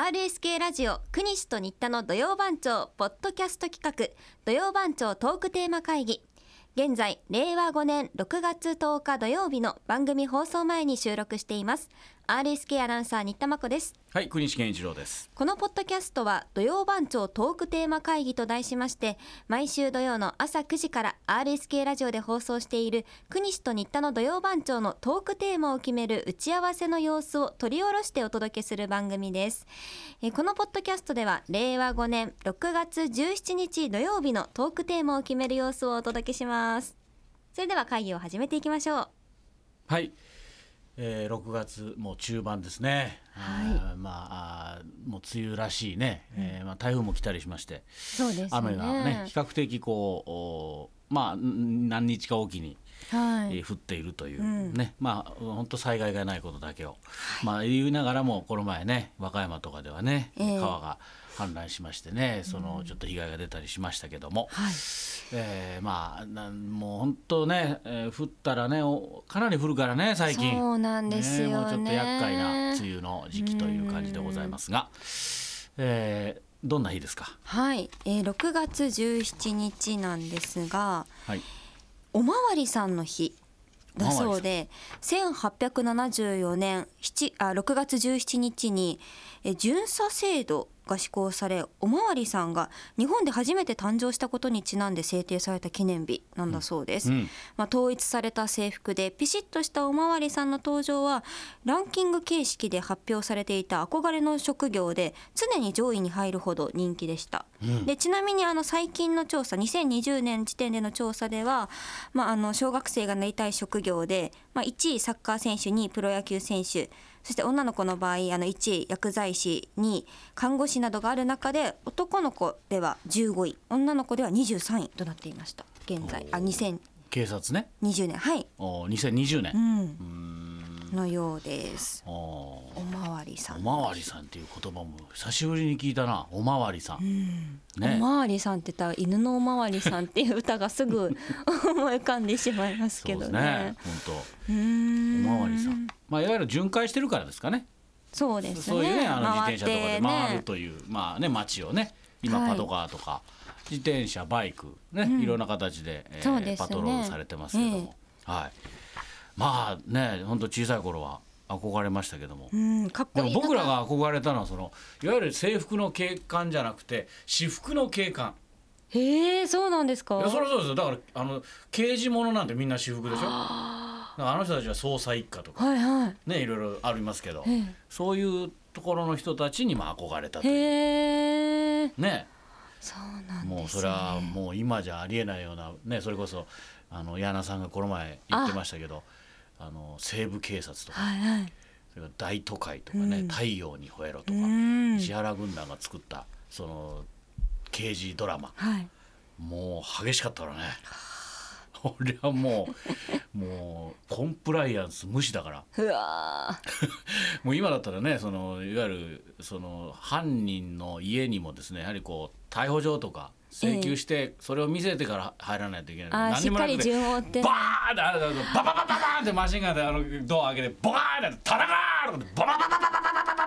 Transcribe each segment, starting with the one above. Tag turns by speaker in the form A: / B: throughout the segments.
A: RSK ラジオ国西と新田の土曜番長ポッドキャスト企画土曜番長トークテーマ会議現在令和5年6月10日土曜日の番組放送前に収録しています RSK アナウンサー新田真子です
B: はい、国西健一郎です。
A: このポッドキャストは土曜番長トークテーマ会議と題しまして毎週土曜の朝9時から RSK ラジオで放送している国西と新田の土曜番長のトークテーマを決める打ち合わせの様子を取り下ろしてお届けする番組ですえーこのポッドキャストでは令和5年6月17日土曜日のトークテーマを決める様子をお届けしますそれでは会議を始めていきましょう
B: はい。えー、6月もう中盤ですね。
A: はい
B: あーまああーもう梅雨らしいね。えーまあ台風も来たりしまして、
A: そうです
B: 雨がね比較的こうおまあん何日かおきに、
A: は
B: え
A: い
B: ー降っているとい
A: う
B: う
A: ん
B: ね。まあ本当災害がないことだけを、まあ言いながらもこの前ね和歌山とかではね、
A: ええ
B: 川が氾濫しましてね、そのちょっと被害が出たりしましたけども。
A: はい
B: えーまあなんもう本当ね、えー降ったらねおかなり降るからね最近
A: そうなんですよね
B: もうちょっと厄介な梅雨の時期という感じでございますが、えーどんな日ですか
A: はい、えー、6月17日なんですが
B: はい
A: おまわりさんの日だそうで1874年7あ6月17日に、えー巡査制度が施行されおまわりさんが日本で初めて誕生したことにちなんで制定された記念日なんだそうです、
B: うん
A: まあ、統一された制服でピシッとしたおまわりさんの登場はランキング形式で発表されていた憧れの職業で常に上位に入るほど人気でした、でちなみにあの最近の調査2020年時点での調査では、まあ、あの小学生がなりたい職業で、まあ、1位サッカー選手2位プロ野球選手そして女の子の場合あの1位薬剤師2位看護師などがある中で男の子では15位女の子では23位となっていました現在あ2000
B: 警察ね
A: 20年はい、
B: お2020
A: う
B: 年、
A: ん、
B: うん
A: のようです
B: お
A: おまわりさ
B: お
A: ん、
B: まわりさんっていう言葉も久しぶりに聞いたなおまわりさん、
A: お
B: ね
A: まわりさんって言ったら犬のおまわりさんっていう歌がすぐ 思い浮かんでしまいます
B: そ
A: け
B: うで
A: ど
B: す
A: ね
B: ね本
A: う
B: 当お
A: ん
B: まわりさんまあいわゆる巡回してるからですかね
A: そうですね
B: そういうねあの自転車とかで回
A: 回っ
B: る
A: てね
B: という、まあね街をね今
A: はい
B: パトカーとか、自転車バイクね、いろんな形で,、えー
A: そうですね
B: パトロールされてますけども、はいまあね本当小さい頃は憧れましたけども、
A: うんかっこ
B: で
A: い
B: も
A: い
B: 僕らが憧れたのはそのいわゆる制服の警官じゃなくて私服の警官
A: へえそうなんですか
B: いやそりゃそうですよだからあの刑事ものなんてみんな私服でしょだからあの人たちは捜査一課とか
A: はいはい
B: ねいろいろありますけど、
A: え
B: そういうところの人たちにまあ憧れたと
A: え
B: いう
A: へえ
B: ね
A: そうなんです、ね、
B: もうそれはもう今じゃありえないようなねそれこそあの矢名さんがこの前言ってましたけどあの西部警察とか
A: はいはい
B: それから大都会とかね、
A: うん
B: 太陽に吠えろと
A: う
B: か、
A: ん
B: 石原軍団が作ったその刑事ドラマ
A: はい
B: もう激しかったからね。これはもうもうコンプライアンス無視だから
A: うわー
B: もう今だったらねそのいわゆるその犯人の家にもですねやはりこう逮捕状とか請求してそれを見せてから入らないといけない、
A: あー
B: 何
A: し
B: に
A: っ
B: も
A: か
B: なく
A: り
B: て
A: 順を追って
B: バーンってあれだバババババーンってマシンガンであのドア開けてボカーンってタラガーンってババババババババ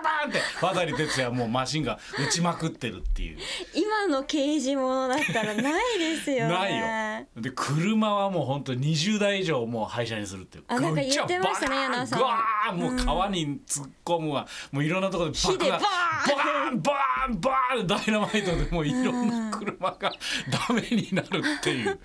B: ババーンって渡り哲也はもうマシンガン打ちまくってるっていう
A: 今の刑事ものだったらないですよね
B: ないよで車はもう本当に20台以上もう廃車にするっていう
A: あなんか
B: ぐちゃ
A: 言ってましたね
B: バ
A: 柳
B: カー
A: 田
B: ン
A: さん
B: ぐわーもう川に突っ込むわもういろんなところで爆
A: 火でバ
B: がバーンバーンバーンダイナマイトでもういろんな車がダメになるって いう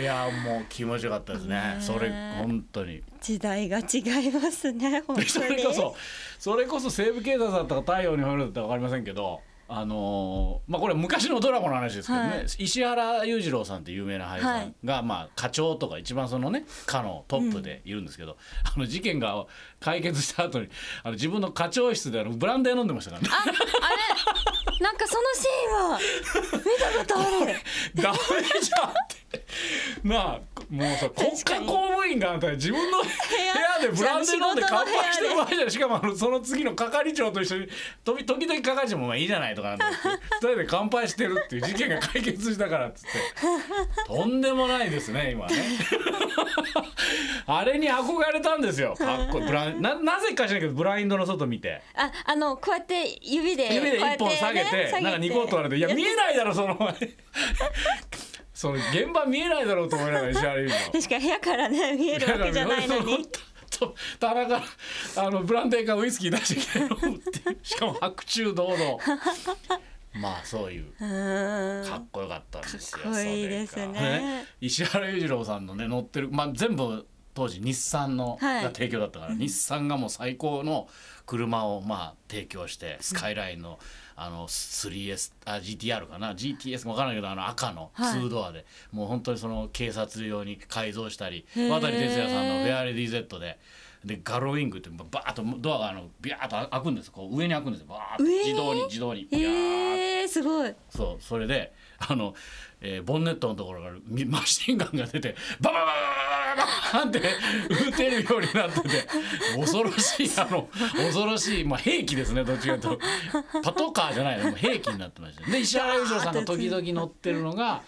B: いやーもう気持ちよかったですねそれ本当に
A: 時代が違いますね 本当
B: で
A: に
B: それこそそれこそ西部警察だったか太陽にほえろだったか分かりませんけどあのーまあこれ昔のドラマの話ですけどね、
A: はい
B: 石原裕次郎さんっていう有名な俳優さんが、まあ課長とか一番そのね課のトップでいるんですけど、あの事件が解決した後にあの自分の課長室であのブランデー飲んでましたからね。
A: ああれ なんかそのシ ーンは見たことある
B: ダメじゃんってなあもうさ国家
A: かに
B: 公務員があんた自分の部屋でブランデー飲んで
A: じゃあ仕事の部屋
B: 乾
A: で
B: 杯してる場合じゃないしかもあのその次の係長と一緒にとび時々係長もまあいいじゃないとかなんて言って二人で乾杯してるっていう事件が解決したからっつってとんでもないですね今ね あれに憧れたんですよかっこいいブランななぜか知らないけどブラインドの外見て
A: ああのこうやって指で
B: 指で
A: こうやっ
B: 一
A: て
B: 本下げて
A: ね
B: なんか2個取られて「いや見えないだ ろそのその現場見えないだろ」うと思いながら石原裕次郎
A: 確かに部屋からね見えるわけじゃないのに。
B: と棚からあのブランデーかウイスキー出してきて飲むっていうしかも白昼堂 々まあそういう
A: うーん
B: かっこよかったんですよ
A: かっこいいですね
B: それが石原裕次郎さんのね乗ってる、まあ、全部当時日産の
A: は
B: が
A: い
B: 提供だったから、日産がもう最高の車をまあ提供してスカイラインのあの 3S あ GTR かな GTS も分からないけどあの赤の
A: はい
B: 2ドアで、もう本当にその警察用に改造したり
A: へー
B: 渡哲也さんの「フェアレディ Z で」でガロウィングってバーッとドアがあのビャーッと開くんですこう上に開くんですよバーッと
A: 上に
B: 自動に自動にビャーッと
A: えー、すごい。
B: そうそれであの、えーボンネットのところからみマシンガンが出てババババババババーンって撃てるようになってて恐ろしいあの恐ろしい、まあ、兵器ですねどっちかというとパトカーじゃないのもう兵器になってましたよで石原裕次郎さんが時々乗ってるのが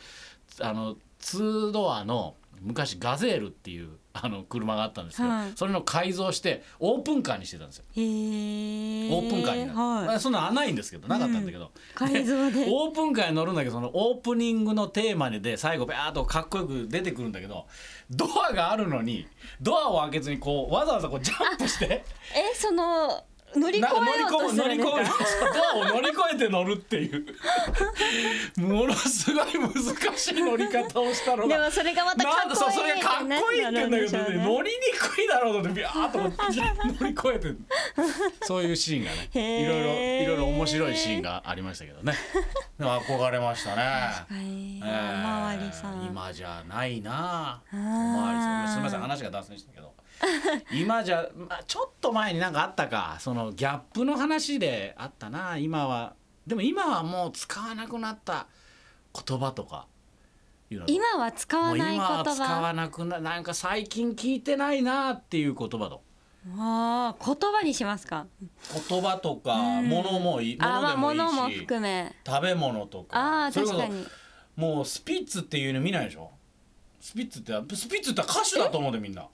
B: あの2ドアの昔ガゼールっていうあの車があったんですけど、
A: はい
B: それの改造してオープンカーにしてたんですよ。
A: えー、
B: オープンカーになる、ま
A: はい
B: あそんなのはないんですけどなかったんだけど、
A: うん改造で
B: オープンカーに乗るんだけどそのオープニングのテーマにで最後ビャーっとかっこよく出てくるんだけどドアがあるのにドアを開けずにこうわざわざこうジャンプして
A: えその乗り越
B: な
A: え
B: んか
A: ようとす
B: 乗
A: る
B: り
A: ん
B: 越
A: です
B: え
A: か
B: 乗り越えドアを乗り越えて乗るっていう ものすごい難しい乗り方をしたの
A: で
B: が
A: もそれがまたか
B: なん
A: っ
B: で
A: こ
B: そう
A: いい
B: それがかっこいいって言うんだ
A: なるん
B: けど、
A: でしょうね
B: 乗りにくいだろうと思ってビャーっとこう乗り越えてそういうシーンがね
A: へー
B: いろいろいろいろ面白いシーンがありましたけどねでも憧れましたね。
A: はい、
B: え
A: お
B: ー
A: まわりさん。
B: 今じゃないなお
A: ー
B: まわりさんすみません話が脱線したけど今じゃ、まあ、ちょっと前になんかあったかそのギャップの話であったな今はでも今はもう使わなくなった言葉とかいうのは
A: 今は使
B: も
A: わ
B: う
A: ない言
B: 今は使
A: 葉。
B: わなくななんか最近聞いてないなっていう言葉と
A: ああ、言葉にしますか。
B: 言葉とか物もいい
A: あー、まあ、
B: 物で
A: 物
B: も
A: も
B: いいし
A: 含め。
B: 食べ物と
A: あ
B: か
A: あ、
B: それこ
A: 確
B: そ
A: かに。
B: もうスピッツっていうの見ないでしょスピッツってスピッツって歌手だと思うでみんな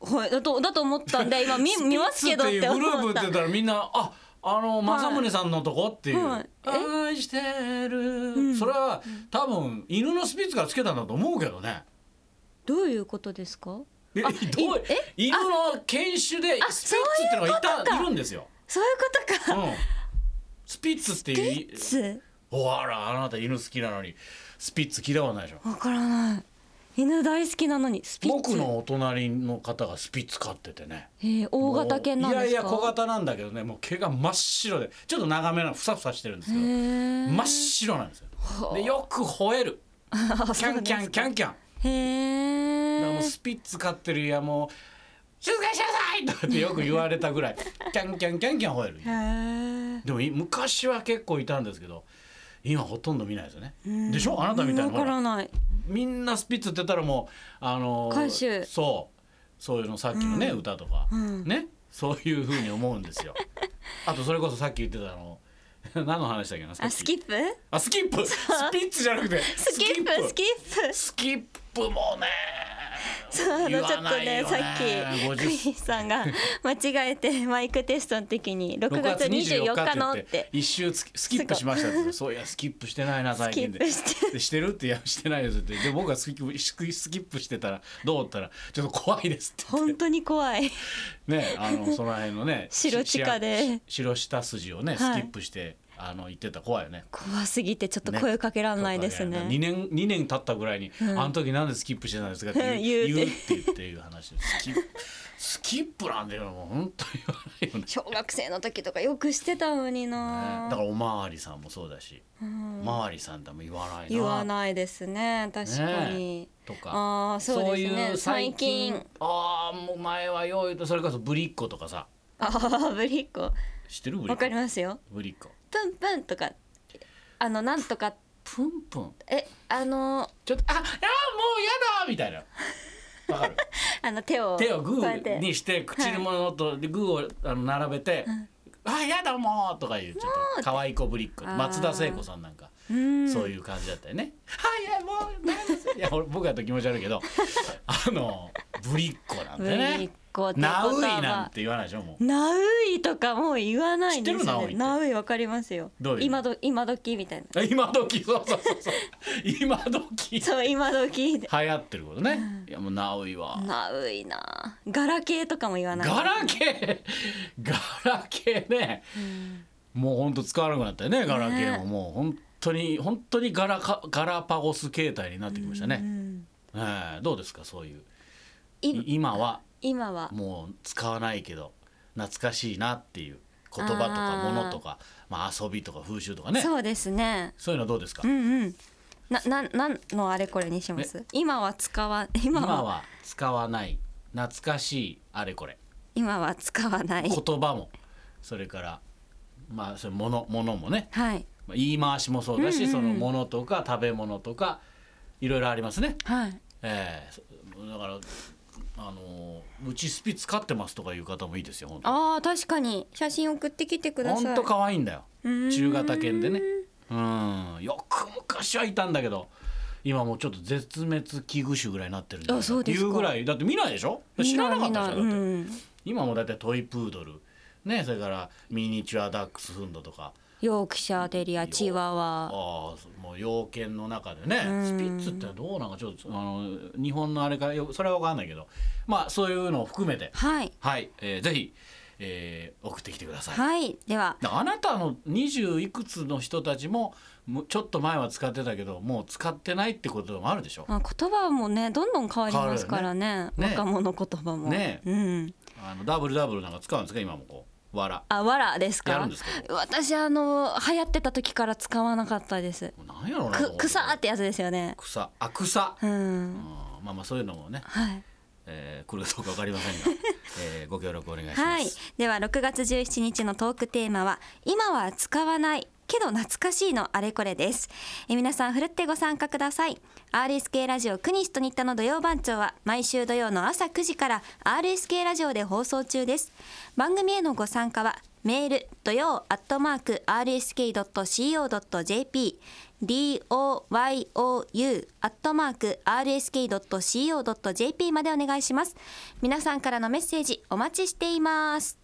A: はい、だと、だと思ったんで、今見、見ますけどっ
B: スピッ
A: て
B: ツっていうグル
A: 思
B: ー
A: っ
B: プって
A: た
B: 言っ。たらみんなああの政宗さんのとこっていう、
A: はいえ
B: 愛してる、
A: ん
B: それは多分犬のスピッツからつけたんだと思うけどね
A: どういうことですか。
B: え
A: あ
B: どう
A: い
B: 犬の犬種で
A: あ
B: スピッツっていうのが
A: そうい
B: い
A: うこと
B: た
A: か
B: いるんですよ、
A: そういうこと
B: う
A: か。
B: ん、スピッツっていう
A: つ、
B: おあらあなた犬好きなのにスピッツ聞いたことないでしょ
A: わからない。犬大好きなのに、スピッツ。
B: 僕のお隣の方がスピッツ飼っててね
A: えー、大型犬なんですか。
B: もういやいや小。型なんだけどねもう毛が真っ白でちょっと長めなふさふさしてるんです
A: へ
B: けど
A: え。
B: 真っ白なんですよでよく吠えるキャンキャンキャンキャン
A: へ
B: だからもう
A: え。
B: スピッツ飼ってるいやもう「静かにしなさい!」とかってよく言われたぐらいキャンキャンキャンキャン吠える
A: へえ。
B: でもい昔は結構いたんですけど今ほとんど見ないですよねでしょあなたみたいな
A: わ
B: ほ
A: かららない。
B: みんなスピッツって言ったらもうあの
A: 歌手
B: そうそういうのさっきのね、歌とか、
A: うん
B: ねそういうふうに思うんですよ あとそれこそさっき言ってたあの 何の話だっけなさっ
A: あ、
B: き
A: スキップ。
B: あスキップス ピッツじゃなくて
A: スキップ、スキップ。
B: スキップもね
A: そうあのち
B: 言
A: ょっ
B: わ
A: と
B: ない
A: ね
B: よ
A: さ
B: ね
A: っきクイ
B: 50
A: ーンさんが間違えてマイクテストの時に6月24日のって
B: 一周スキスキップしましたってそういやスキップしてないな最
A: スキ
B: 近
A: ッ
B: で
A: プして
B: でしてるっていやしてないですってで僕がスキップスキップしてたらどうって言ったらちょっと怖いですって言って
A: 本当に怖い
B: ねあのその辺のね
A: 白地下で
B: しし白下筋をねス
A: はい
B: キップして、あの言ってた怖いよね。
A: 怖すぎてちょっと声かけられないですね
B: 2年二年経ったぐらいに、あの時なんでスキップしてたんですかって言う
A: 言
B: 言う
A: うて
B: って言っていう話でスキップスキップなんていうのもう本当に言わないよね。
A: 小学生の時とかよくしてたのにな
B: だからおまわりさんもそうだし、おまわりさんでも言わないな。
A: 言わないですね確かに
B: ねとか。
A: あーそうですね最近
B: ああもう前はよう言うとそれこそぶりっ子とかさ
A: あーぶりっ子
B: 知ってるぶりっ
A: わかり
B: 子
A: ますよ
B: ぶりっ子
A: プンプンとかあのなんとか
B: プンプン
A: えあの
B: ちょっとああもうやだ!」みたいな。わかる
A: あの手を
B: 手をグ
A: こうやって
B: ーにして口に物とでグーをあの並べて「あやだもう!」とかいうちょっと可愛い子ぶりっ子
A: あー
B: 松田聖子さんなんか
A: うん
B: そういう感じだったよね「はいやもうなんですいや俺僕だと気持ち悪いけどあのぶりっ子なんで
A: ぶり
B: ね
A: っ子っ
B: 「
A: て言
B: な
A: 葉
B: うい」
A: は
B: なんて言わないでしょもう
A: ナウイとかもう言わないんです
B: 知ってる
A: よね。ナ
B: ナウイって
A: ウイわかりますよ。
B: どういう意味
A: 今ど今時みたいな。
B: あ今時そうそうそうそう今 時
A: そう今時で。
B: 流行ってることねいやもう「なうい」は
A: ナウイな。ガラケーとかも言わない。
B: ガラケーガラケーね、もうほんと使わなくなったよねガラケーも
A: ね
B: もう本当に本当にガラかガラパゴス携帯になってきました
A: う
B: ね、
A: ん。
B: ええどうですかそういうい
A: い
B: 今は
A: 今は
B: もう使わないけど懐かしいなっていう言葉とか
A: あー
B: 物とかまあ、遊びとか風習とかねそう
A: そうですね。
B: いうのはどうですか、
A: うんうん。ななんなんのあれこれにします。今は使わ今
B: 今
A: は
B: は使わない懐かしいあれこれ
A: 今は使わない。
B: 言葉もそれからまあそれ物物もね
A: はい
B: まあ言い回しもそうだし、
A: うんうんうん
B: そのものとか食べ物とかいろいろありますね。
A: はい。
B: ええだからあのうちスピ使ってますとかいう方もいいですよ本当。
A: ああ確かに写真送ってきてください。
B: 本当可愛いんだよ。
A: うーん
B: 中型犬でね。うんよく昔はいたんだけど。今もうちょっと絶滅危惧種ぐらいになってるんじゃない
A: あそうですか
B: いうぐらいだって見ないでしょ知らなかったでしょ
A: 見
B: だ
A: な
B: っ
A: い見ないう
B: て、
A: ん
B: 今もだってトイプードルねそれからミニチュアダックスフンドとか
A: ヨークシャーデリアチワワ。
B: ああそうもう要件の中でね
A: うん
B: スピッツってどうなんかちょっとあの日本のあれかよそれは分かんないけどまあそういうのを含めて
A: はい。
B: はい、えーぜひ、えー送ってきてください。
A: はい、では、
B: だからあなたの20いくつの人たちもむちょっと前は使ってたけどもう使ってないってこともあるでしょ
A: まあ、言葉もね、どんどん変わりますからね。
B: 変わるよねね
A: 若者言葉も。
B: ね
A: うん。
B: あのダブルダブルなんか使うんですか今もこうわら
A: あ、わらですか。
B: やるんですか
A: 私、あの、流行ってた時から使わなかったです。
B: もうなんやろうな
A: く、草ってやつですよね。
B: 草あ草、
A: う
B: うん
A: ん。
B: まあまあそういうのもね、
A: はい。
B: えー、来るかどうか分かりません が、えーご協力お願いします。
A: はい、では6月17日のトークテーマは今は使わないけど懐かしいのあれこれですえ皆さんふるってご参加ください RSK ラジオ国西と新田の土曜番長は毎週土曜の朝9時から RSK ラジオで放送中です番組へのご参加はメール土曜アットマーク RSK.CO.JP DOYOU アットマーク RSK.CO.JP までお願いします皆さんからのメッセージお待ちしています